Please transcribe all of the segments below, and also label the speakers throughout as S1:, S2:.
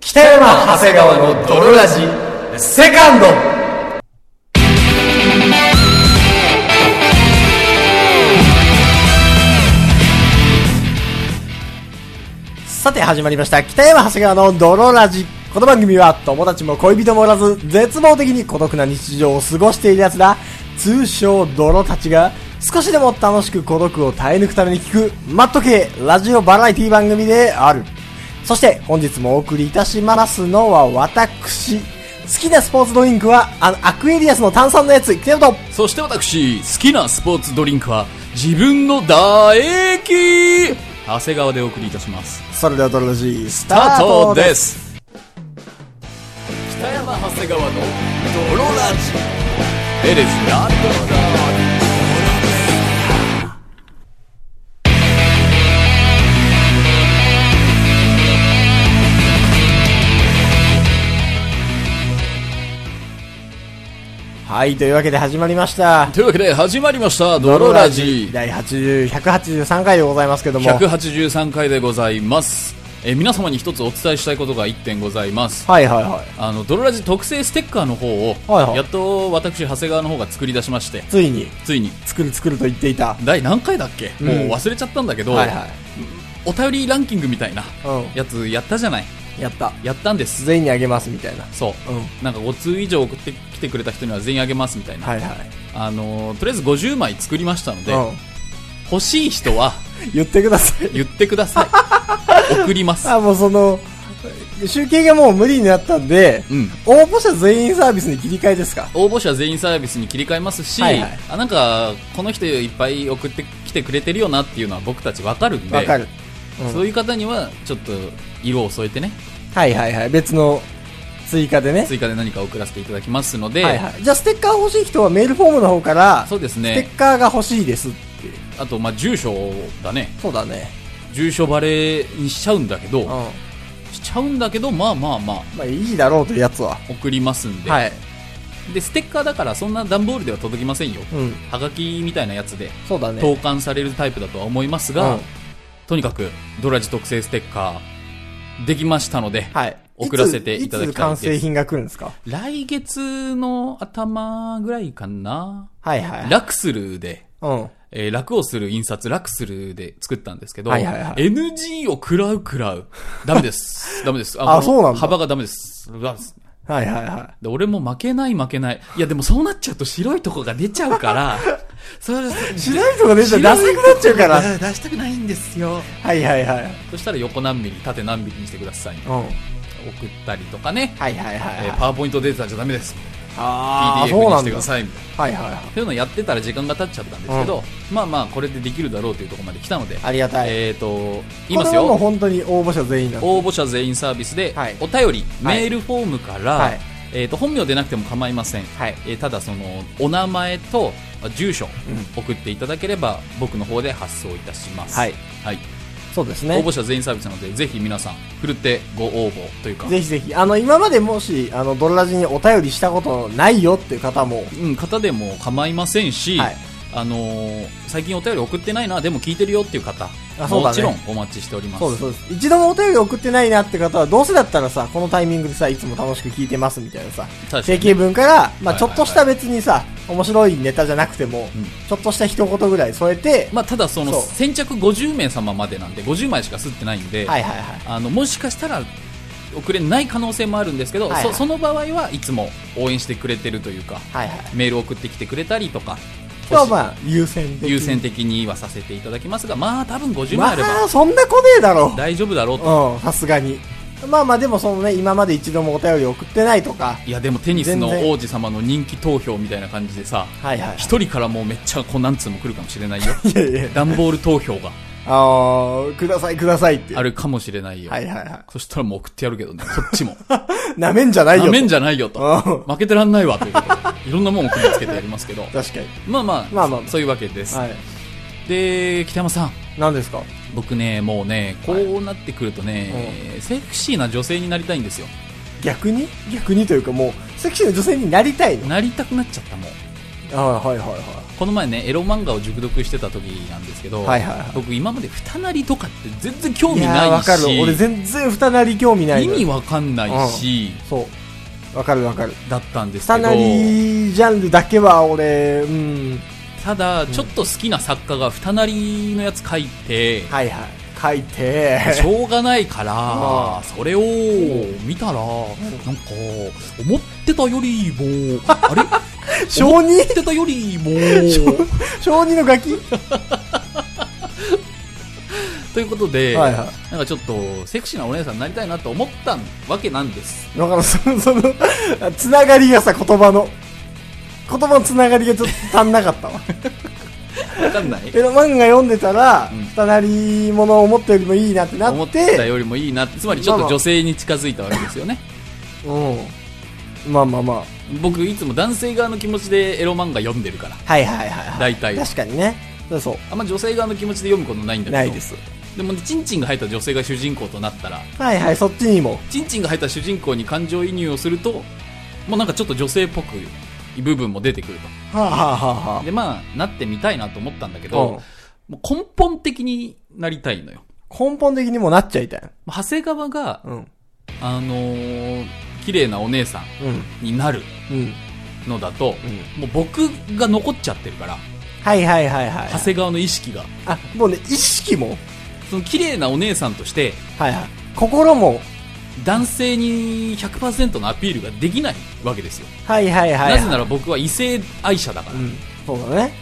S1: 北山長谷川の泥ラジセカンドさて始まりました北山長谷川の泥ラジこの番組は友達も恋人もおらず絶望的に孤独な日常を過ごしている奴ら通称泥たちが少しでも楽しく孤独を耐え抜くために聞くマット系ラジオバラエティ番組であるそして本日もお送りいたしますのは私好きなスポーツドリンクはあのアクエリアスの炭酸のやついくよと
S2: そして私、好きなスポーツドリンクは、自分の唾液長谷川でお送りいたします。
S1: それではドロジース
S2: スタ
S1: タ
S2: ー
S1: ー
S2: ト
S1: ト
S2: で
S1: です
S2: す北山長谷川の泥ラジエレスラ
S1: はいというわけで始まりました
S2: というわけで始まりました、泥ラジ
S1: 第80 183回でございますけども
S2: 183回でございます。えー皆様に一つお伝えしたいことが1点ございます。
S1: はいはいはい
S2: あの、泥ラジ特製ステッカーの方を、
S1: はいはい
S2: やっと私、長谷川の方が作り出しまして、
S1: ついに
S2: ついに、
S1: 作る作ると言っていた
S2: 第何回だっけ、
S1: ん
S2: もう忘れちゃったんだけど、
S1: はいは
S2: お便りランキングみたいなやつやったじゃない
S1: いやった
S2: やったんです
S1: 全員にあげますみたいな
S2: そうう、
S1: ん
S2: なんか5通以上送ってきてくれた人には全員あげますみたいな、
S1: はいはい
S2: あのーとりあえず50枚作りましたので、
S1: う
S2: 欲しい人は
S1: ん言ってください
S2: 言ってくださ い送ります
S1: あもうその集計がもう無理になったんで、
S2: うん
S1: 応募者全員サービスに切り替えですか
S2: 応募者全員サービスに切り替えますし、
S1: はいはい
S2: あなんかこの人いっぱい送ってきてくれてるよなっていうのは僕たちわかるんで
S1: わかる、うん
S2: そういう方にはちょっと色を添えてね
S1: はいはいはい別の追加でね
S2: 追加で何か送らせていただきますので、
S1: はいはい、じゃあステッカー欲しい人はメールフォームの方から
S2: そうで
S1: ス
S2: す
S1: テ
S2: ね
S1: ッカーが欲しいですって
S2: あとまあ住所だね
S1: そうだね
S2: 住所バレにしちゃうんだけど、
S1: うん
S2: しちゃうんだけどまあまあまあ
S1: まあいいだろうというやつは
S2: 送りますんで,、
S1: はい
S2: でステッカーだからそんな段ボールでは届きませんよ、
S1: うん
S2: はがきみたいなやつで
S1: そうだね
S2: 投函されるタイプだとは思いますが、
S1: うん
S2: とにかくドラジ特製ステッカーできましたので、
S1: はい
S2: 送らせていただき
S1: つ
S2: たい
S1: 完
S2: です
S1: 成品が来るんですか
S2: 来月の頭ぐらいかな、
S1: はいはい
S2: ラクスルで、
S1: うんは
S2: えー楽をする印刷、ラクスルで作ったんですけど、
S1: はいはいはい
S2: NG を食らう食らう。ダ メです。ダメです。
S1: あ
S2: も
S1: そうなんだ
S2: 幅がダメです。ダメです
S1: いはいは
S2: で俺も負けない負けない。いやでもそうなっちゃうと白いとこが出ちゃう から、それ、
S1: いしないとか出ちゃ出せなくなっちゃうから
S2: 出したくないんですよ。
S1: はいはいはい
S2: そしたら横何ミリ、縦何ミリにしてください。
S1: うん
S2: 送ったりとかね。
S1: はいはいはい
S2: え
S1: は
S2: ー
S1: い
S2: パワーポイントデータじゃダメです。
S1: あー
S2: PDF
S1: そう
S2: に
S1: な
S2: し
S1: んだ
S2: てくだ
S1: は
S2: さい。みたいな
S1: は
S2: い
S1: いはい
S2: そういうのやってたら時間が経っちゃったんですけど、まあまあこれでできるだろうというところまで来たので、
S1: ありがたい
S2: えっ、と、言います
S1: これはもう
S2: よ。
S1: 本当に応募者全員なんで
S2: 応募者全員サービスで
S1: はい、
S2: お便り、
S1: はい
S2: メールフォームから、
S1: はい
S2: えー、と本名でなくても構いません、
S1: はい
S2: えーただそのお名前とあ住所、送っていただければ僕の方で発送いたします、
S1: はい
S2: はい
S1: そうです
S2: 応
S1: ね
S2: 募者全員サービスなのでぜひ皆さんふるってご応募というか、
S1: ぜひぜひあの今までもしあのドロラジにお便りしたことないよっていう方も
S2: うん、方でも構いませんし、
S1: はい
S2: あのー最近お便り送ってないなでも聞いてるよっていう方
S1: あそうだね
S2: もちろんお待ちしております
S1: そうです、そうです。一度もお便り送ってないなって方は、どうせだったらさ、このタイミングでさ、いつも楽しく聞いてますみたいなさ、
S2: 確か
S1: 定
S2: に
S1: 型文から、まあ
S2: はいはいはい
S1: ちょっとした別にさ、面白いネタじゃなくても、
S2: ん
S1: ちょっとした一言ぐらい添えて、
S2: まあ、ただその
S1: そう
S2: 先着50名様までなんで50枚しか吸ってないんで、
S1: はいはいはい。
S2: あのもしかしたら遅れない可能性もあるんですけど、
S1: はいはい
S2: そその場合はいつも応援してくれてるというか
S1: はいはい。
S2: メール送ってきてくれたりとか
S1: 今日はまあ、優先的
S2: 優先的にはさせていただきますがまあ多分50枚
S1: ま
S2: あれば
S1: あ、そんな来ねえだろ
S2: 大丈夫だろうと。
S1: う。うん、さすがに。まあまあ、でもそのね、今まで一度もお便り送ってないとか、
S2: いやでもテニスの
S1: 全然
S2: 王子様の人気投票みたいな感じでさ
S1: はいはい。
S2: 一人からもうめっちゃこう何通も来るかもしれないよ
S1: いやいや、
S2: 段ボール投票が
S1: あのー、くださいくださいって。
S2: あるかもしれないよ
S1: はいはいは
S2: そしたらもう送ってやるけどねこっち も
S1: い。なめんじゃないよと。
S2: なめんじゃないよ
S1: うん
S2: と負けてらんないわということでいろんなもん送りつけてやりますけど
S1: 確かに。
S2: まあまあ
S1: まあまあ
S2: そういうわけです、
S1: はい。
S2: で北山さん
S1: 何ですか
S2: 僕ねもうねこうなってくるとね、セクシーな女性になりたいんですよ
S1: 逆に逆にというかもうセクシーな女性になりたいの
S2: なりたくなっちゃったもん
S1: あはいはいはい
S2: この前ねエロ漫画を熟読してた時なんですけど、
S1: はいはいはい
S2: 僕今まで二なりとかって全然興
S1: い
S2: 味
S1: やー
S2: な
S1: わ
S2: い
S1: かる
S2: し
S1: 俺全然二なり興味ない
S2: 意
S1: の
S2: 味わかんないし、
S1: そうわかるわかる
S2: だったんです
S1: 二
S2: けど
S1: なりジャンルだけは俺うん
S2: ただちょっと好きな作家が二なりのやつ書いて、
S1: はいはい書いて
S2: しょうがないから
S1: あ、
S2: それを見たら、なんか、思ってたより も、あれ
S1: 小
S2: 思
S1: 児
S2: ってたよりも、
S1: 小児のガキ
S2: ということで、
S1: はいは
S2: なんかちょっと、セクシーなお姉さんになりたいなと思ったわけなんです。
S1: だからそのそのつながりがさ言葉の言葉のつながりがちょっと足んなか ったわ
S2: わかんない
S1: エロ漫画読んでたら、
S2: うん
S1: 二なりものを思ったよりもいいなってな
S2: 思
S1: っ
S2: ってた
S1: て
S2: よりもいいなってつまりちょっと女性に近づいたわけですよね。
S1: うんまあまあまあ
S2: 僕、いつも男性側の気持ちでエロ漫画読んでるから。
S1: はいはいはい、はい、
S2: 大体
S1: 確かにねそうそう
S2: あんま女性側の気持ちで読むことないんだけど。
S1: ないです
S2: でも、チンチンが入った女性が主人公となったら、
S1: はいはいそっちにも
S2: チンチンが入った主人公に感情移入をすると、もうなんかちょっと女性っぽく部分も出てくる
S1: はあはあはあ
S2: と。
S1: は
S2: で、まあ、なってみたいなと思ったんだけ
S1: うん
S2: ど、もう根本的になりたいのよ。
S1: あ根本的にもうなっちゃいたい
S2: 長谷川が、
S1: うん
S2: あのー綺麗なお姉さ
S1: うん
S2: んになる
S1: うん
S2: のだと、
S1: う
S2: もう僕が残っちゃってるから、
S1: はいはいはいはい
S2: 長谷川の意識が。
S1: あもうね意識も
S2: その綺麗なお姉さんとして、
S1: はいはい心も
S2: 男性に100%のアピールができないわけですよ。
S1: はいはいはい、はい、
S2: なぜなら僕は異性愛者だか
S1: う、
S2: ら
S1: んそうだね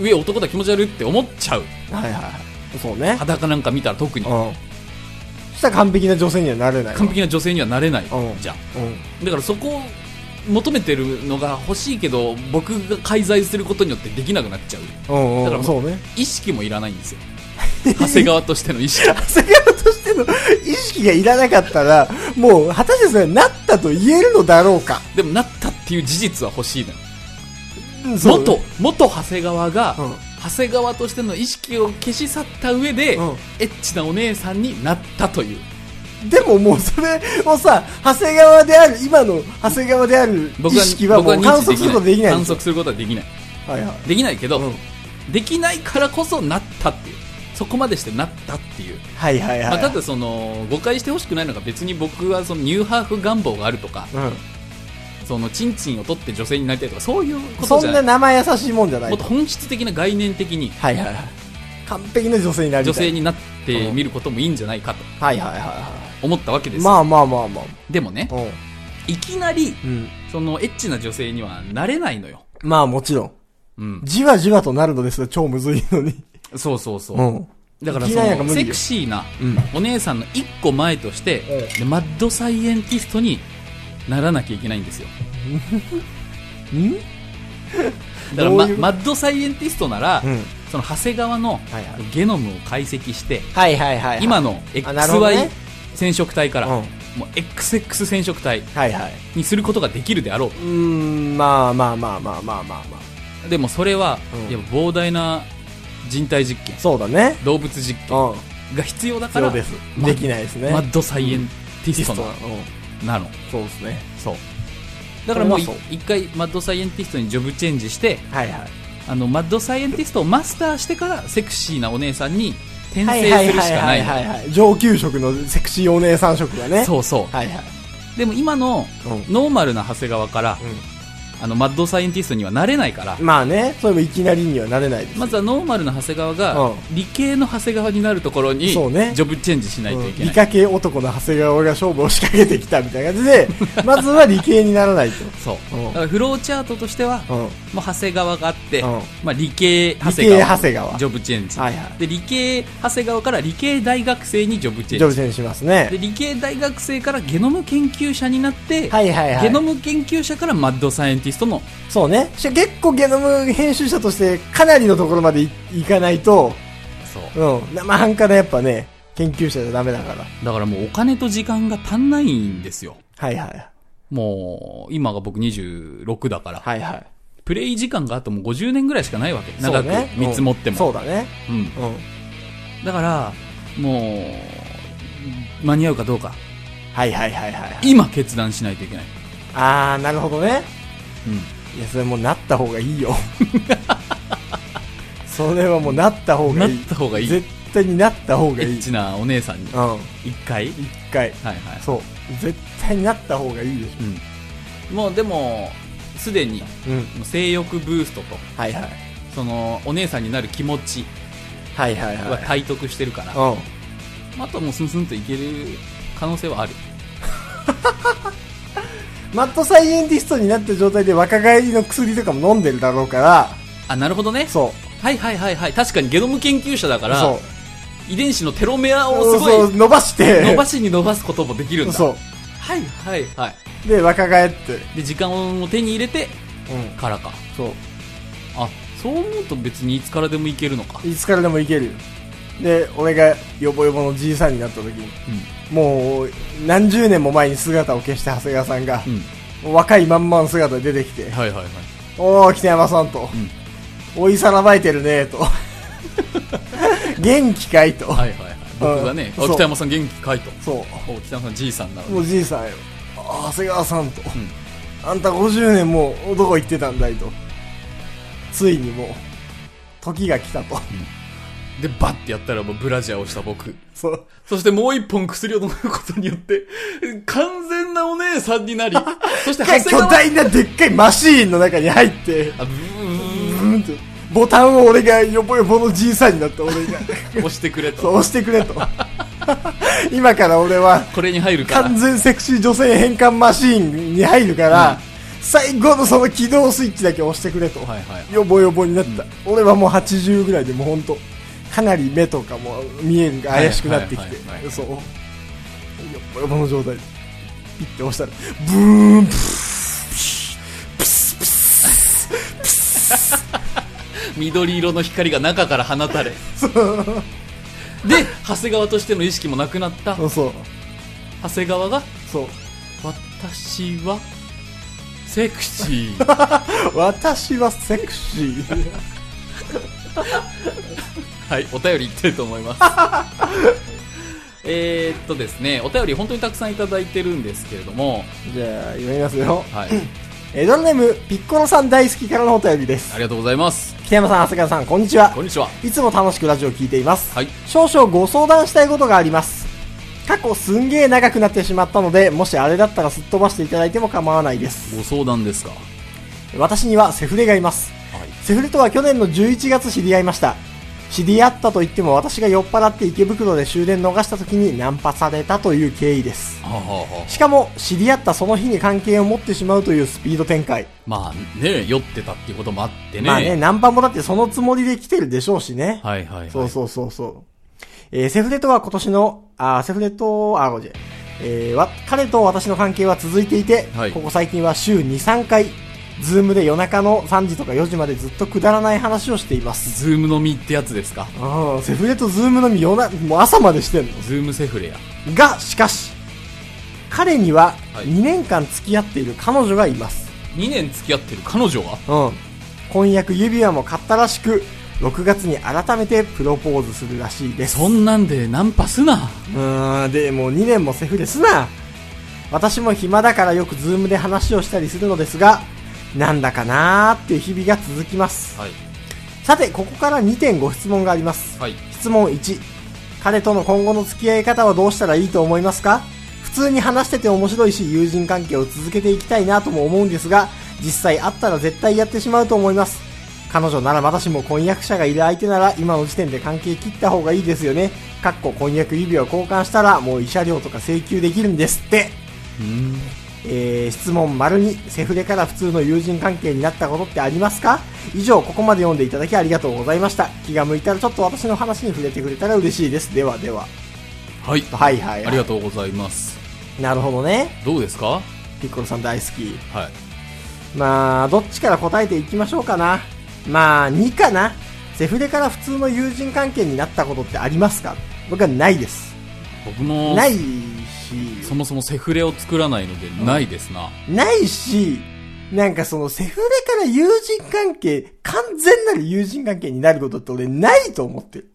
S2: 上男だ気持ち悪いって思っちゃう。
S1: はいはいはいそうね
S2: 裸なんか見たら特に
S1: うんそしたら完璧な女性にはなれないわ
S2: 完璧な女性にはなれない
S1: うん
S2: じゃん
S1: うん
S2: だからそこを求めてるのが欲しいけど僕が介在することによってできなくなっちゃう
S1: うんうん
S2: だからもう
S1: そうね
S2: 意識もいらないんですよ長谷川としての意 識
S1: 長谷川としての意識がいらなかったらもう果たしてそれはなったと言えるのだろうか、
S2: でもなったっていう事実は欲しいのよ
S1: うんそうね
S2: 元元長谷川が
S1: うん
S2: 長谷川としての意識を消し去った上でエ
S1: うん
S2: ッチなお姉さんになったという
S1: でももうそれをさ長谷川である今の長谷川である意
S2: 僕は
S1: 識はもう
S2: 僕は
S1: 観
S2: 認
S1: 測
S2: 知
S1: することできないん
S2: 観
S1: ですよ
S2: 測することはできない
S1: はいはい
S2: できないけど、
S1: うん
S2: できないからこそなったっていうそこまでしてなったっていう、
S1: はいはいはい、
S2: まあ、ただその誤解してほしくないのが別に僕はそのニューハーフ願望があるとか
S1: う
S2: そのチンチンを取って女性になりたいとかそういうこ
S1: ん、そ
S2: と
S1: ん
S2: じゃな
S1: ない生優しいもんじゃない
S2: もっと本質的な概念的に
S1: はいはいはい完璧な女性になりた
S2: 女
S1: い
S2: 性になってみることもいいんじゃないかと
S1: はいはいはいは
S2: 思ったわけ
S1: い
S2: です、
S1: まあまあまあまあ
S2: でもね
S1: うん、
S2: いきなり
S1: うん、
S2: そのエッチな女性にはなれないのよ、
S1: まあもちろん
S2: うん、
S1: じわじわとなるのですよ超むずいのに
S2: そうそうそう、
S1: うん
S2: だから
S1: い
S2: そ
S1: きなりなんか
S2: の
S1: 無理
S2: セ
S1: よ
S2: クシーな
S1: うん
S2: お姉さんの一個前として、
S1: う
S2: でマッドサイエンティストにならなきゃいけないんです よ
S1: ん
S2: だから
S1: どう
S2: ま
S1: いう
S2: マッドサイエンティストなら、
S1: うん
S2: その長谷川の
S1: はいはい
S2: ゲノムを解析して、
S1: はいはいはい、はい、
S2: 今の
S1: あなるほど
S2: XY
S1: ね
S2: 染色体から、
S1: うん
S2: もう XX 染色体
S1: はいはい
S2: にすることができるであろ
S1: うーんまあまあまあまあまあまあまあ
S2: うでもそれは、
S1: うん
S2: やっぱ膨大な人体実験
S1: そうだね
S2: 動物実
S1: う
S2: 験
S1: ん
S2: が必要だか
S1: そう
S2: ら
S1: です
S2: マ
S1: できないですね
S2: マッドサイエンティスト
S1: う
S2: の
S1: ん
S2: なの
S1: そうですね
S2: そうだからもうい
S1: これはそ
S2: 一回マッドサイエンティストにジョブチェンジして
S1: はいはい
S2: あのマッドサイエンティストをマスターしてからセクシーなお姉さんに転
S1: はい
S2: 生
S1: はい
S2: する
S1: は
S2: し
S1: い
S2: か
S1: は
S2: ないい
S1: はいはい上級色のセクシーお姉さん色がね
S2: そうそう、
S1: はいはい
S2: でも今の
S1: う
S2: ノーマルな長谷川から、
S1: う
S2: あのマッドサイエンティストにはなれないから、
S1: んまあねそれもいきなりにはなれないです
S2: まずはノーマルな長谷川が、
S1: うん
S2: 理系の長谷川になるところにジ
S1: そうね
S2: ョブチェンジしないと
S1: う
S2: い
S1: ん
S2: けな
S1: 理
S2: い、
S1: 科系男の長谷川が勝負を仕掛けてきたみたいな感じ でまずは理系にならないと
S2: そう
S1: うん
S2: だからフローチャートとしては、
S1: うん
S2: もう長谷川があって、
S1: うん
S2: まあ、理系長
S1: 理
S2: 谷
S1: 系
S2: 川
S1: 長谷川
S2: ジョブチェンジ、
S1: はいはい
S2: で理系長谷川から理系大学生にジョブチ
S1: ジ
S2: ェ
S1: ョ
S2: ン
S1: ブ
S2: ジ
S1: 選手しますね
S2: で理系大学生からゲノム研究者になって、
S1: はいはいは
S2: ゲノ
S1: い
S2: ム研究者からマッドサイエンティストの
S1: そうねし結構ゲノム編集者としてかなりのところまでいいかないと
S2: そう
S1: うん生半可なやっぱね研究者じゃダメだから
S2: だからもうお金と時間が足んないんですよ
S1: はいはい
S2: もう今が僕26だから、
S1: はいはい
S2: プレイ時間があともう50年ぐらいしかないわけ長く
S1: そうね
S2: 見積もって
S1: うん
S2: も、
S1: そうだね
S2: うん、
S1: うん
S2: だからもう間に合うかどうか
S1: はいはいはいはい
S2: 今決断しないといけない、
S1: ああなるほどね
S2: うん
S1: いやそれもうなった方がいいよ それはもうなった方がいい。
S2: なった方がいい
S1: 絶対になった方が
S2: エ
S1: いい。う
S2: ッ
S1: ん。
S2: チなお姉さんに
S1: 一
S2: 一回はい
S1: 回。
S2: はい
S1: そう。絶対になった方がいいでし
S2: うんもうでもすでに
S1: ょ。うん。
S2: もう性欲ブーストと
S1: はいはい。
S2: そのお姉さんになる気持ち
S1: はいはい
S2: は
S1: は
S2: 体得してるから、
S1: い。うん。
S2: あとはもうスンスンといける可能性はある
S1: マットサイエンティストになった状態で若返りの薬とかも飲んでるだろうから、
S2: あなるほどね
S1: そう。
S2: はいはいはいはい確かにゲノム研究者だから
S1: そう。
S2: 遺伝子のテロメアを
S1: そ
S2: す
S1: う
S2: ごい
S1: そう、伸ばして。
S2: 伸ばしに伸ばすこともできるんだ
S1: そ。
S2: はいはいはいう
S1: で、若返って。
S2: で時間を手に入れて
S1: うん。
S2: からか
S1: そう。
S2: あそう思うと別にいつからでもいけるのか、
S1: いつからでもいけるよで俺がヨボヨボのじいさんになった時に
S2: う
S1: もう何十年も前に姿を消した長谷川さんが
S2: ん、うん
S1: 若いまんまの姿で出てきて
S2: はいはいはい
S1: 「おお北山さん」と
S2: うん
S1: 「おいさらばえてるね」 と「元気かい」と
S2: はいはいはい僕がね
S1: うん
S2: あ
S1: そう
S2: 北山さん元気かいと
S1: そ
S2: お北山さんじいさんなの
S1: う
S2: に
S1: もうじいさんよ「あー長谷川さん」と「あんた50年もどこ行ってたんだい」とついにもう時が来たと
S2: でバッてやったらもうブラジャーをした僕
S1: そう
S2: そしてもう一本薬を飲むことによって、完全なお姉さん になり、そして
S1: でっかい
S2: 長
S1: 巨
S2: 谷川
S1: 大なでっかいマシーンの中に入って
S2: あ、ブー
S1: ブーンとボタンを俺がよぼよぼのじいさんになった俺が
S2: 押してくれと。
S1: そう押してくれと今から俺は
S2: これに入るから
S1: 完。全セクシー女性変換マシーンに入るから、最後のその起動スイッチだけ押してくれと、
S2: はいはい。
S1: よぼよぼになった、俺はもう80ぐらいでもうほんとかなり目とかも見えるが怪しくなってき
S2: はいはいはいは
S1: て
S2: い
S1: そうよぼよぼの状態でピッて押したらブーンプスプスプスプス
S2: 緑色の光が中から放たれ。で、長谷川としての意識もなくなった
S1: そ。うそう
S2: 長谷川が、
S1: そう
S2: 私は、セクシー。
S1: 私はセクシー
S2: はい、お便りいってると思います。 えーっとですね、お便り本当にたくさんいただいてるんですけれども、
S1: じゃあ読みますよ
S2: はい、
S1: えードルネームピッコロさん大好きからのお便りで
S2: あ
S1: す
S2: りがとうございます。
S1: 北山さん長谷川さんこんにちは
S2: こんにちは。
S1: いつも楽しくラジオを聞いています、
S2: はい
S1: 少々ご相談したいことがあります過去すんげえ長くなってしまったのでもしあれだったらすっ飛ばしていただいても構わないです
S2: ご相談ですか。は
S1: 私にはセフレがいます
S2: い。
S1: セフレとは去年の11月知り合いました知り合ったと言っても私が酔っ払って池袋で終電逃した時にナンパされたという経緯です
S2: はあはあはあ
S1: しかも知り合ったその日に関係を持ってしまうというスピード展開、
S2: まあね、酔ってたっていうこともあってね。
S1: まあねナンパもだってそのつもりで来てるでしょうしね、
S2: はいはいはい。
S1: そうそうそうそうえーセフレとは今年のあーセフレとあごめんえーわ彼と私の関係は続いていて、
S2: はい
S1: ここ最近は週23回ズームで夜中の3時とか4時までずっとくだらない話をしています
S2: ズーム飲みってやつですか。
S1: あーセフレとズームのみ夜なもう朝までしてんの
S2: ズームセフレや。
S1: がしかし彼には
S2: はい
S1: 2年間付き合っている彼女がいます、
S2: 2年付き合ってる彼女は
S1: うん。婚約指輪も買ったらしく、6月に改めてプロポーズするらしいです。
S2: そんなんでナンパすな。
S1: うーん、でも2年もセフレすな。私も暇だからよくズームで話をしたりするのですが、なんだかなーっていう日々が続きます。
S2: はい。
S1: さて、ここから2点ご質問があります。
S2: はい。
S1: 質問1。彼との今後の付き合い方はどうしたらいいと思いますか普通に話してて面白いし、友人関係を続けていきたいなとも思うんですが、実際会ったら絶対やってしまうと思います。彼女ならまだしも婚約者がいる相手なら今の時点で関係切った方がいいですよね。かっこ婚約指輪を交換したらもう慰謝料とか請求できるんですって。
S2: うーん。
S1: えー質問丸にセフレから普通の友人関係になったことってありますか以上ここまで読んでいただきありがとうございました気が向いたらちょっと私の話に触れてくれたら嬉しいですではでは
S2: はい。
S1: はいはい
S2: ありが
S1: と
S2: とうございます。
S1: うなるほどね
S2: どうですか
S1: ピッコロさん大好き
S2: はい。
S1: まあどっちから答えていきましょうかなまあ2かなセフレから普通の友人関係になったことってありますか僕はないです
S2: 僕も、
S1: ないし
S2: そもそもセフレを作らないので、ないですな。
S1: ないし、なんかそのセフレから友人関係、完全なる友人関係になることって俺ないと思ってる。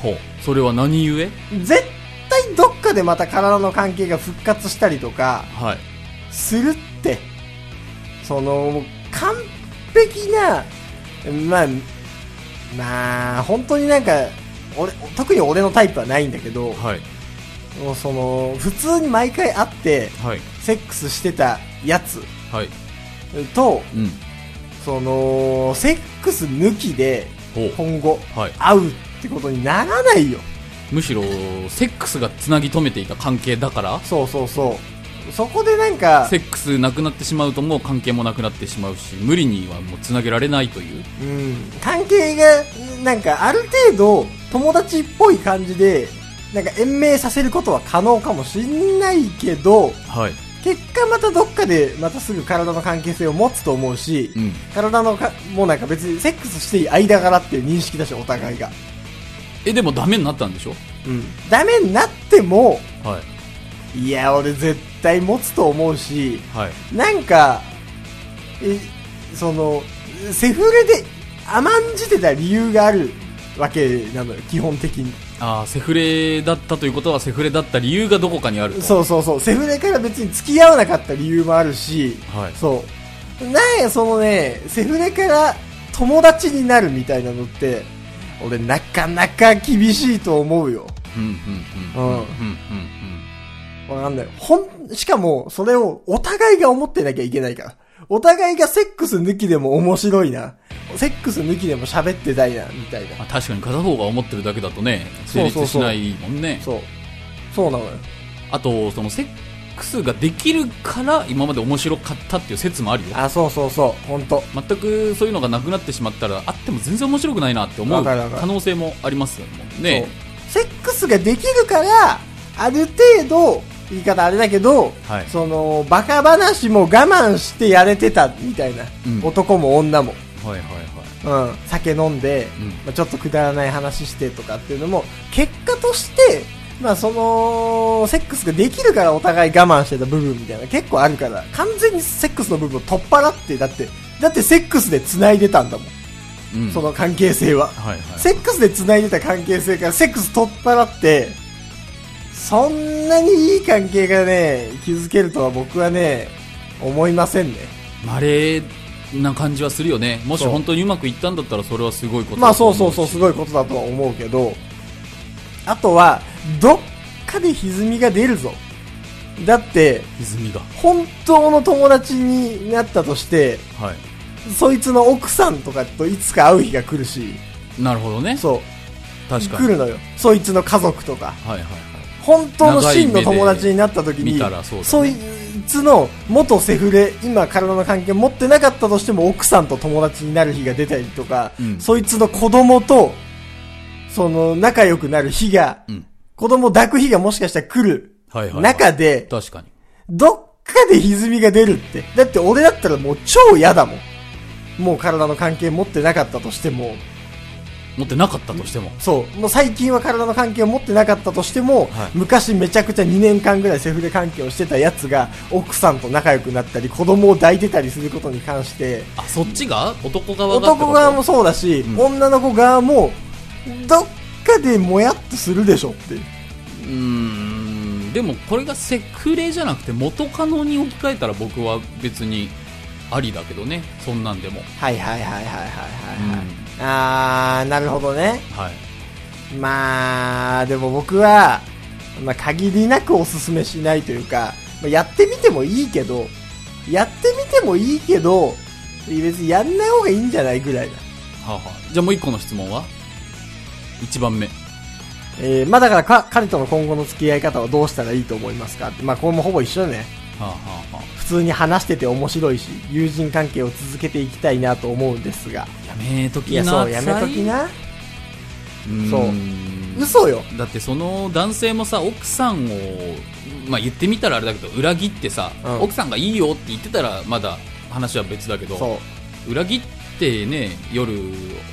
S2: ほう。それは何故
S1: 絶対どっかでまた体の関係が復活したりとか、
S2: はい。
S1: するって。その、完璧な、まあ、まあ、本当になんか、俺、特に俺のタイプはないんだけど、
S2: はい
S1: もうその、普通に毎回会って、
S2: はい
S1: セックスしてたやつ
S2: はい
S1: と、
S2: うん
S1: その、セックス抜きで、
S2: ほう
S1: 今後、
S2: はい
S1: 会うってことにならないよ。
S2: むしろセックスがつなぎ止めていた関係だから
S1: そうそうそう。そこでなんか、
S2: セックスなくなってしまうともう関係もなくなってしまうし無理にはもうつなげられないという
S1: うん、関係が、なんか、ある程度、友達っぽい感じで、なんか、延命させることは可能かもしんないけど、
S2: はい
S1: 結果またどっかで、またすぐ体の関係性を持つと思うし、
S2: うん
S1: 体のか、もうなんか別にセックスしていい間柄っていう認識だし、お互いが。
S2: えでもダメになったんでしょ
S1: うん。ダメになっても、
S2: はい
S1: いや、俺絶対持つと思うし、
S2: はい
S1: なんか、え、その、セフレで甘んじてた理由があるわけなのよ、基本的に。
S2: ああセフレだったということはセフレだった理由がどこかにあると
S1: そうそうそう、セフレから別に付き合わなかった理由もあるし、
S2: はい
S1: そう。なんや、そのね、セフレから友達になるみたいなのって、俺なかなか厳しいと思うよ。
S2: うんうんうんうんうんうん
S1: わかんない。ほん、しかも、それをお互いが思ってなきゃいけないから。お互いがセックス抜きでも面白いな。セックス抜きでも喋ってたいな、みたいな。
S2: まあ確かに片方が思ってるだけだとね成
S1: そう
S2: 立
S1: そ
S2: し
S1: うそう
S2: ないもんね
S1: そう。そうなのよ。
S2: あとそのセックスができるから今まで面白かったっていう説もあるよ
S1: あ、そうそうそう。ほんと。
S2: 全くそういうのがなくなってしまったらあっても全然面白くないなって思
S1: わ
S2: う
S1: かるわかる
S2: 可能性もありますよね
S1: そうセックスができるから、ある程度、言い方あれだけど、
S2: はい
S1: その、バカ話も我慢してやれてたみたいな。
S2: うん
S1: 男も女も。
S2: はいはいは
S1: う
S2: い
S1: ん、酒飲んで、
S2: うん
S1: まあ、ちょっとくだらない話してとかっていうのも、結果として、まあその、セックスができるからお互い我慢してた部分みたいな結構あるから、完全にセックスの部分を取っ払って、だって、だってセックスで繋いでたんだもん、
S2: うん
S1: その関係性は。
S2: はいはい
S1: セックスで繋いでた関係性からセックス取っ払って、そんなにいい関係がね、築けるとは僕はね、思いませんね。
S2: 稀な感じはするよねもし
S1: そう
S2: 本当にうまくいったんだったらそれはすごいこと
S1: まあそうそうそう、す
S2: い
S1: ごいことだとは思うけど、あとは、どっかで歪みが出るぞ。だって、
S2: 歪みが
S1: 本当の友達になったとして、
S2: はい
S1: そいつの奥さんとかといつか会う日が来るし、
S2: なるほどね
S1: そう、
S2: 確か
S1: 来
S2: に
S1: るのよ。そいつの家族とか。
S2: はいはいはい
S1: 本当の真の友達になった時に、
S2: 見たらそうだね
S1: そいつの元セフレ、今体の関係持ってなかったとしても奥さんと友達になる日が出たりとか、
S2: うん
S1: そいつの子供と、その仲良くなる日が、
S2: うん
S1: 子供抱く日がもしかしたら来る
S2: はいはいはい
S1: 中で、
S2: 確かに
S1: どっかで歪みが出るって。だって俺だったらもう超嫌だもん。もう体の関係持ってなかったとしても、
S2: 持ってなかったとしても
S1: そう。もう最近は体の関係を持ってなかったとしても、
S2: はい
S1: 昔めちゃくちゃ2年間ぐらいセフレ関係をしてたやつが、奥さんと仲良くなったり、子供を抱いてたりすることに関して、
S2: あそっちが男側がってこと
S1: 男側もそうだし、
S2: うん
S1: 女の子側も、どっかでもやっとするでしょっていう。
S2: うーんでもこれがセクレじゃなくて元カノに置き換えたら僕は別にありだけどねそんなんでも
S1: はいはいはいはいはいはい、はいあー、なるほどね。
S2: はい
S1: まあ、でも僕は、まあ、限りなくおすすめしないというか、まあ、やってみてもいいけど、やってみてもいいけど、別にやんない方がいいんじゃないぐらいだ。
S2: はあ、はあ、じゃあもう一個の質問は一番目
S1: えー、まあだからか、彼との今後の付き合い方はどうしたらいいと思いますかってまあこれもほぼ一緒だね。
S2: はあはあは
S1: 普通に話してて面白いし、友人関係を続けていきたいなと思うんですが。
S2: あやめと
S1: い
S2: きな
S1: や、そう、やめときな。
S2: そ
S1: そう
S2: う
S1: 嘘よ。
S2: だってその男性もさ奥さんを、まあ、言ってみたらあれだけど裏切ってさ、
S1: うん
S2: 奥さんがいいよって言ってたらまだ話は別だけど
S1: そ
S2: 裏切ってね夜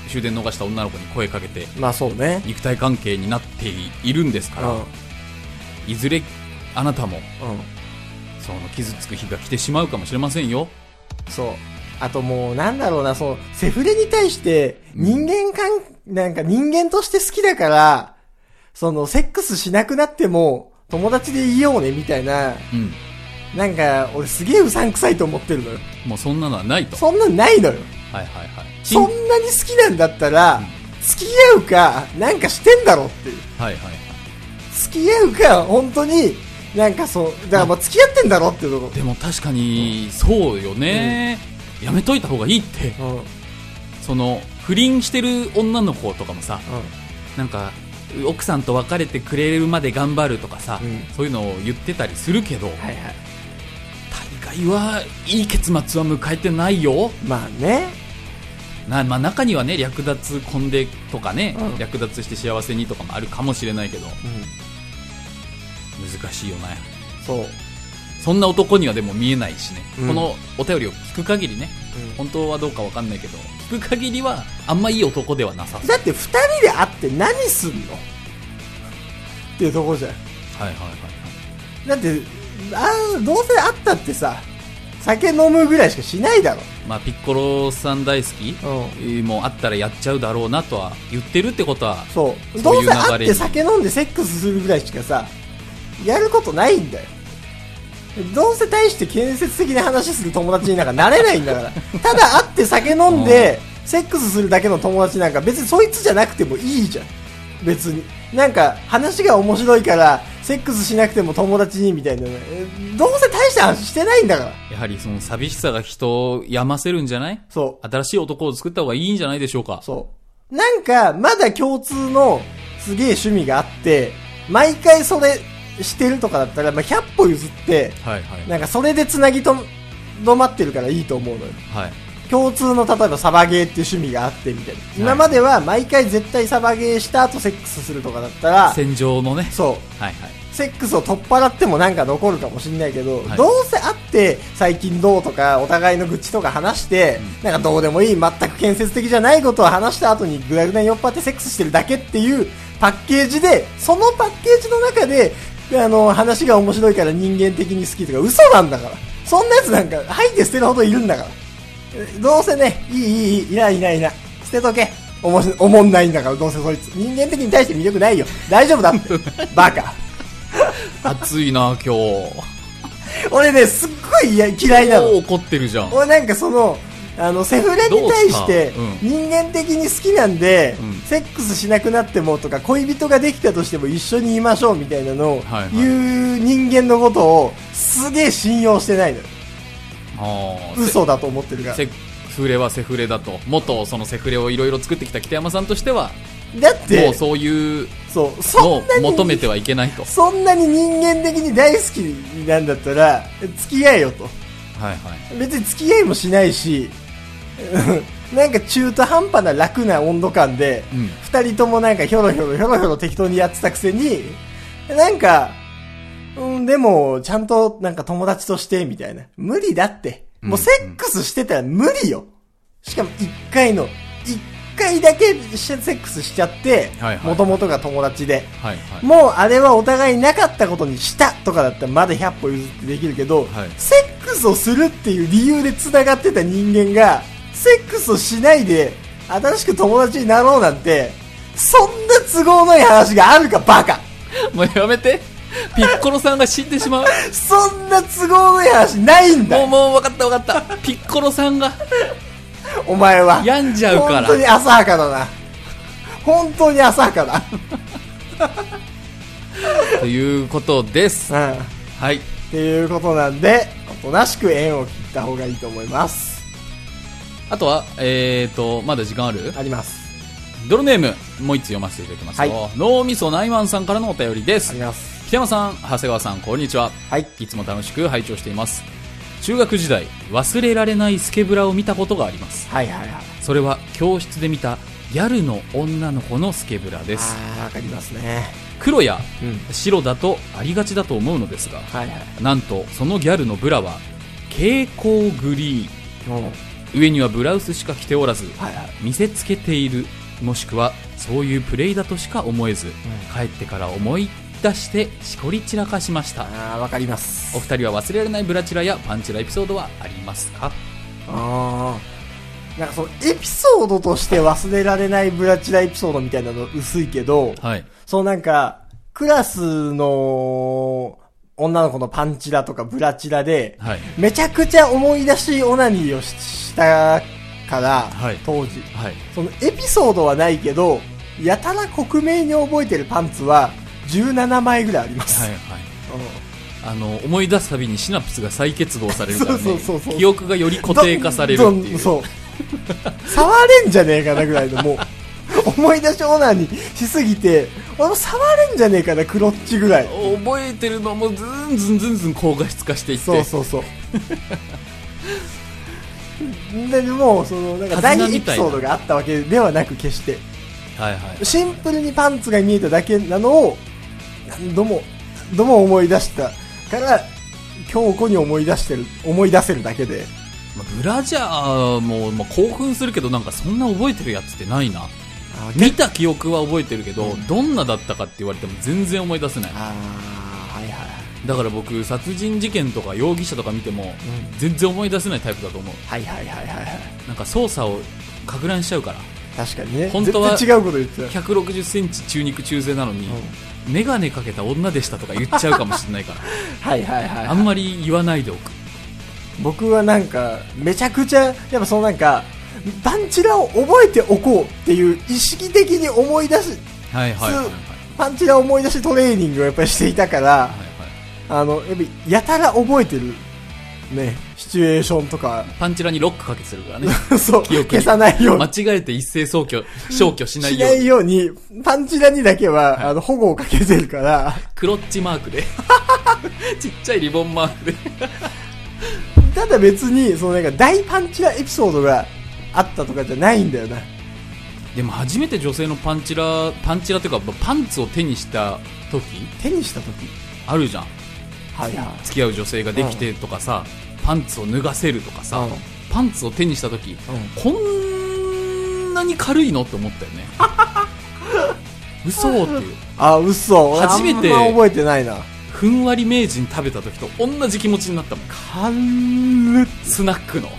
S2: 終電逃した女の子に声かけて
S1: う。まあそうね。
S2: 肉体関係になっているんです
S1: う
S2: か
S1: ん。
S2: ら、
S1: うん。
S2: いずれあなたもその傷つく日が来てしまうかもしれませんよ
S1: そう。あともう、なんだろうな、そう、セフレに対して、人間関、なんか人間として好きだから、その、セックスしなくなっても、友達でいようね、みたいな、
S2: うん
S1: なんか、俺すげえうさんくさいと思ってるのよ。
S2: もうそんなのはないと
S1: そんなんないのよ。
S2: はいはいはい
S1: そんなに好きなんだったら、付き合うか、なんかしてんだろっていう。
S2: はいはいはい
S1: 付き合うか、本当に、なんかそう、だからまあ付き合ってんだろっていうとこ
S2: でも確かにそうよね、やめといた方がいいって
S1: ろ。うん。うん。
S2: その不倫してる女の子とかもさなんか奥さんと別れてくれるまで頑張るとかさ、
S1: うん
S2: そういうのを言ってたりするけど、
S1: はいはい。
S2: 大概はいい結末は迎えてないよ
S1: まあね。
S2: な、まあ、中にはね略奪婚んでとかね、
S1: うん
S2: 略奪して幸せにとかもあるかもしれないけど
S1: うん。
S2: 難しいよね
S1: そう。
S2: そんな男にはでも見えないしね、
S1: うん
S2: このお便りを聞く限りね
S1: う
S2: 本当はどうかわかんないけど聞く限りはあんまいい男ではなさ
S1: ん
S2: そ
S1: だって二人で会って何すんのっていうところじゃん。
S2: うはいはいはい
S1: だって、あーどうせ会ったってさ、酒飲むぐらいしかしないだろ。
S2: まあピッコロさん大好き、
S1: う
S2: もうあったらやっちゃうだろうなとは言ってるってことは
S1: そう。
S2: そう
S1: ど
S2: いうう
S1: せ会っ
S2: 流れ
S1: て
S2: に
S1: 酒飲んでセックスするぐらいしかさ、やることないんだよ。どうせ大して建設的な話する友達になんかなれないんだ から。ただ会って酒飲んで、セックスするだけの友達なんか別にそいつじゃなくてもいいじゃん。別に。なんか話が面白いから、セックスしなくても友達にみたいなね。えどうせ大した話してないんだから。
S2: やはりその寂しさが人を病ませるんじゃない
S1: そう。
S2: 新しい男を作った方がいいんじゃないでしょうか
S1: そう。なんか、まだ共通のすげえ趣味があって、毎回それしてるとかだったら、まあ、100歩譲って、
S2: はいはい
S1: なんかそれで繋ぎと、どまってるからいいと思うのよ。
S2: はい
S1: 共通の例えばサバゲーっていう趣味があってみたいな。今までは毎回絶対サバゲーした後セックスするとかだったら、
S2: 戦場のね
S1: そう。
S2: はいはい
S1: セックスを取っ払ってもなんか残るかもしれないけど、
S2: はい
S1: どうせ会って最近どうとかお互いの愚痴とか話して、なんかどうでもいい全く建設的じゃないことを話した後にぐらぐらに酔っ払ってセックスしてるだけっていうパッケージでそのパッケージの中であの話が面白いから人間的に好きとか嘘なんだからそんなやつなんか吐いて捨てるほどいるんだからえどうせねいいいいいいいないいないいない捨てとけおもしおもんないんだからどうせそいつ人間的に対して魅力ないよ大丈夫だってバカ
S2: 暑いな今日
S1: 俺ね、すっごい嫌嫌いな
S2: もう
S1: の。
S2: 怒ってるじゃん
S1: 俺なんかその、あの、セフレに対して
S2: どうし、
S1: 人間的に好きなんで、
S2: うん
S1: セックスしなくなってもとか、恋人ができたとしても一緒にいましょうみたいなのを
S2: はいはい
S1: 言う人間のことを、すげえ信用してないのよ。
S2: あー
S1: 嘘だと思ってるから。
S2: セフレはセフレだと元そのセフレをいろいろ作ってきた北山さんとしては
S1: だって、
S2: もうそういう
S1: そう、
S2: の
S1: そ
S2: を
S1: んなに、
S2: 求めてはいけないと
S1: そんなに人間的に大好きなんだったら、付き合えよと。
S2: はいはい
S1: 別に付き合いもしないし、 うんなんか中途半端な楽な温度感で、
S2: うん
S1: 二人ともなんかひょろひょろひょろひょろ適当にやってたくせに、なんか、うん、でも、ちゃんとなんか友達として、みたいな。無理だって。もうセックスしてたら無理よ。しかも一回の、一回だけしセックスしちゃって
S2: はい、はい
S1: 元々が友達で。
S2: はいはい
S1: もうあれはお互いなかったことにしたとかだったらまだ100歩譲ってできるけど、
S2: はい
S1: セックスをするっていう理由で繋がってた人間が、セックスをしないで新しく友達になろうなんて、そんな都合のいい話があるかバカ
S2: もうや めてピッコロさんが死んでしまう
S1: そんな都合のいい話 ないんだ
S2: もう
S1: よ
S2: もう分かった分かったピッコロさんが
S1: お前は。
S2: 病んじゃうから
S1: 本当に浅はかだな。本当に浅はかだ。
S2: ということです
S1: うん。っ
S2: はい
S1: ていうことなんで、おとなしく縁を切った方がいいと思います。
S2: あとはえっ、ー、とまだ時間ある
S1: あります。
S2: 泥ネームもう一つ読ませていただきますよ、
S1: は
S2: 脳みそナイマンさんからのお便りで
S1: あ
S2: す
S1: ります。
S2: 北山さん長谷川さんこんにちは
S1: はい。
S2: いつも楽しく拝聴しています中学時代忘れられないスケブラを見たことがあります
S1: はいはいはい。
S2: それは教室で見たギャルの女の子のスケブラです
S1: ああ、わかりますね。
S2: 黒や
S1: うん。
S2: 白だとありがちだと思うのですが
S1: はいはい。
S2: なんとそのギャルのブラは蛍光グリ
S1: うん。はい
S2: ー上にはブラウスしか着ておらず
S1: はい。
S2: 見せつけているもしくはそういうプレイだとしか思えず、帰ってから思い出してしこり散らかしました
S1: ああ、わかります。
S2: お二人は忘れられないブラチラやパンチラエピソードはありますか
S1: ああ。なんかそのエピソードとして忘れられないブラチラエピソードみたいなの薄いけど、
S2: はい
S1: そうなんか、クラスの女の子のパンチラとかブラチラで、
S2: はい
S1: めちゃくちゃ思い出しオナニーをししたから、
S2: はい
S1: 当時。
S2: はい。
S1: そのエピソードはないけど、やたら克明に覚えてるパンツは17枚ぐらいあります。
S2: はいはい。
S1: う
S2: あの、思い出すたびにシナプスが再結合されるからね。
S1: そうそうそうそう
S2: 記憶がより
S1: ん
S2: 固定化されるって
S1: どん
S2: い
S1: どん
S2: う。
S1: そう。触れんじゃねえかなぐらいの、もう。思い出しオーナーにしすぎて、俺も触れんじゃねえかな、クロッチぐらい。
S2: 覚えてるのもずんずんずんずん高画質化していって。
S1: そうそう そう。で、もう、その、なんか、
S2: 手
S1: 大
S2: 綱
S1: エ
S2: み
S1: ピ
S2: たいな
S1: ソードがあったわけではなく、決して。
S2: はいはい。
S1: シンプルにパンツが見えただけなのを、何度も、何度も思い出したから、強固に思い出してる、思い出せるだけで。
S2: まあブラジャーも、まあ、興奮するけどなんかそんな覚えてるやつってないな
S1: あ
S2: 見た記憶は覚えてるけど、
S1: うん
S2: どんなだったかって言われても全然思い出せない
S1: あー、はいはい。
S2: だから僕殺人事件とか容疑者とか見ても、
S1: ん
S2: 全然思い出せないタイプだと思う
S1: はいはいはいはいはい。
S2: なんか操作をか乱しちゃうから
S1: 確かにね。
S2: 本当は
S1: 絶対違うこと言ってた。
S2: 1 6 0ンチ中肉中背なのに、メガネかけた女でしたとか言っちゃうかもしれないか
S1: はいはいはい、
S2: らあんまり言わないでおく
S1: 僕はなんか、めちゃくちゃ、やっぱそのなんか、バンチラを覚えておこうっていう意識的に思い出す、
S2: はいはいはいはいはい
S1: パンチラを思い出しトレーニングをやっぱりしていたから、あの、やっぱりやたら覚えてる、ね、シチュエーションとか、
S2: パンチラにロックかけてるからね
S1: そう、
S2: 記憶に
S1: 消さないよう
S2: 間
S1: に。
S2: 違えて一斉消去消去しな
S1: し
S2: いよ
S1: な
S2: うに
S1: いように、パンチラにだけは、
S2: はい
S1: あの、保護をかけてるから、
S2: クロッチマークで ちっちゃいリボンマークで
S1: ただ別に、そのなんか大パンチラエピソードがあったとかじゃないんだよな。
S2: でも初めて女性のパンチラパンチラというかまあパンツを手にした時
S1: 手にした時
S2: あるじゃん
S1: はいはい。
S2: 付き合う女性ができてとかさ、パンツを脱がせるとかさ、
S1: うん
S2: パンツを手にした時、こんなに軽いのって思った よね嘘っていう
S1: あ、嘘。俺
S2: 初めて
S1: あんま覚えてないな。
S2: ふんわり名人食べた時と同じ気持ちになったもん
S1: 軽っ。
S2: スナックの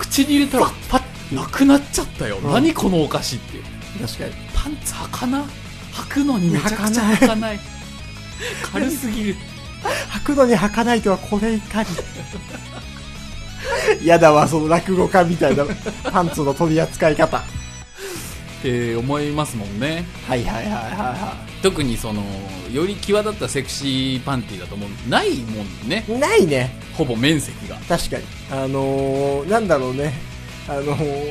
S2: 口に入れたらパッなくなっちゃったよ、
S1: うん
S2: 何このお菓子っていう
S1: 確かに。
S2: パンツ履かな履くのにめちゃくちゃ
S1: 履
S2: 履かない軽すぎる
S1: 履くのに履かないとはこれいかに。 やだわ、その落語家みたいなパンツの取り扱い方。
S2: って思いますもんね
S1: はいはいはいはいは
S2: 特にそのより際立ったセクシーパンティーだと思うないもんね
S1: い。ないね。
S2: ほぼ面積が
S1: 確かに。あのー、なんだろうね。あのー、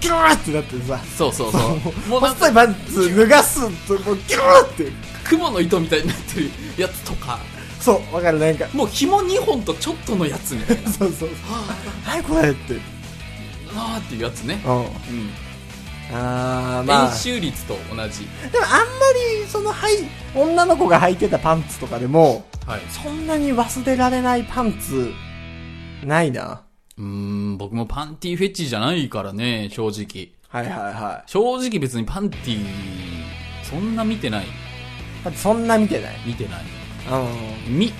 S1: ギューってなってさ。
S2: そうそうそうもうなんか
S1: 細いパンツ脱がすと、もうギューって。
S2: 雲の糸みたいになってるやつとか
S1: そう、わかる、なんか。
S2: もう紐2本とちょっとのやつみた いな
S1: そうそうそう。はい、これって。うん。
S2: あーっていうやつね、うん
S1: あー、まあ
S2: 練。習率と同じ
S1: でもあんまり、その、はい、女の子が履いてたパンツとかでも、
S2: はい
S1: そんなに忘れられないパンツ、ないな。
S2: うーん僕もパンティーフェチじゃないからね正直
S1: はいはいは
S2: 正直別にパンティーそんな見てない
S1: い。だってそんな見てない。
S2: 見てない
S1: うん。
S2: みい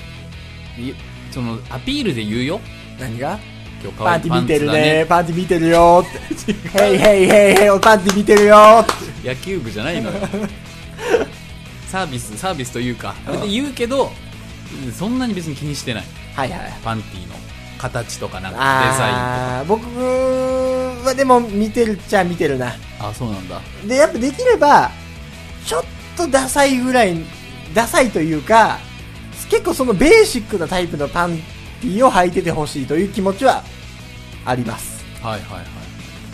S2: そのアピールで言うよ
S1: 何が
S2: 今日可
S1: パ
S2: 愛
S1: ン
S2: い
S1: ティ
S2: パン
S1: 見て
S2: ツ
S1: る
S2: だ
S1: ね
S2: ね
S1: パンティ見てる よーって。ヘイヘイヘイヘイ、おパンティ見てるよーって。
S2: 野球部じ ゃないのよサービスサービスというかあれで言うけどそんなに別に気にしてない
S1: はいはい。
S2: パンティーの形とかなんかデザイン
S1: あー、僕はでも見てるっちゃ見てるな。
S2: とかあそうなんだ
S1: で、やっぱできれば、ちょっとダサいぐらい、ダサいというか、結構そのベーシックなタイプのパンティを履いててほしいという気持ちはあります。
S2: はいはいはい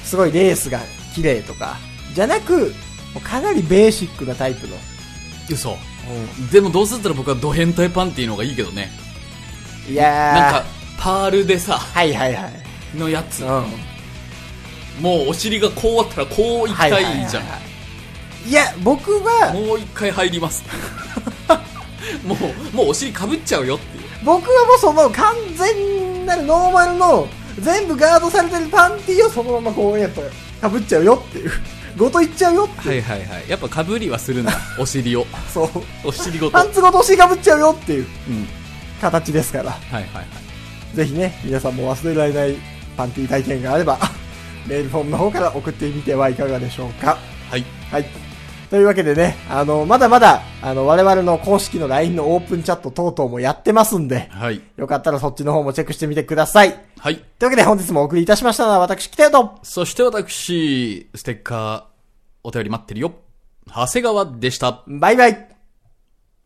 S1: すごいレースが綺麗とか、じゃなく、もうかなりベーシックなタイプの。
S2: 嘘でもどうせだったら僕はド変態パンティーの方がいいけどね
S1: いやー。
S2: なんかパールでさ
S1: はいはいはい。
S2: のや
S1: う
S2: つ
S1: ん。
S2: もうお尻がこうあったらこう行きた
S1: はいは
S2: じゃん、
S1: はは。いや、僕は、
S2: もう一回入ります もうもうお尻かぶっちゃうよっていう
S1: 僕はもうその完全なるノーマルの、全部ガードされてるパンティをそのままこう、やっぱ、被っちゃうよっていう。 ごといっちゃうよっていう。
S2: はいはいはいやっぱかぶりはするんだ お尻を
S1: そう。
S2: お尻ごと
S1: パンツごとお尻被っちゃうよっていう
S2: うん
S1: 形ですから。
S2: はいはいはい
S1: ぜひね、皆さんも忘れられないパンティ体 験があれば、メールフォームの方から送ってみてはいかがでしょうか。
S2: はい
S1: はい。というわけでね、あの、まだまだ、あの、我々の公式の LINE のオープンチャット等々もやってますんで、
S2: はい。
S1: よかったらそっちの方もチェックしてみてください。
S2: はい。
S1: というわけで本日もお送りいたしましたのは私、北谷と、
S2: そして私、ステッカー、お便り待ってるよ。長谷川でした。
S1: バイバイ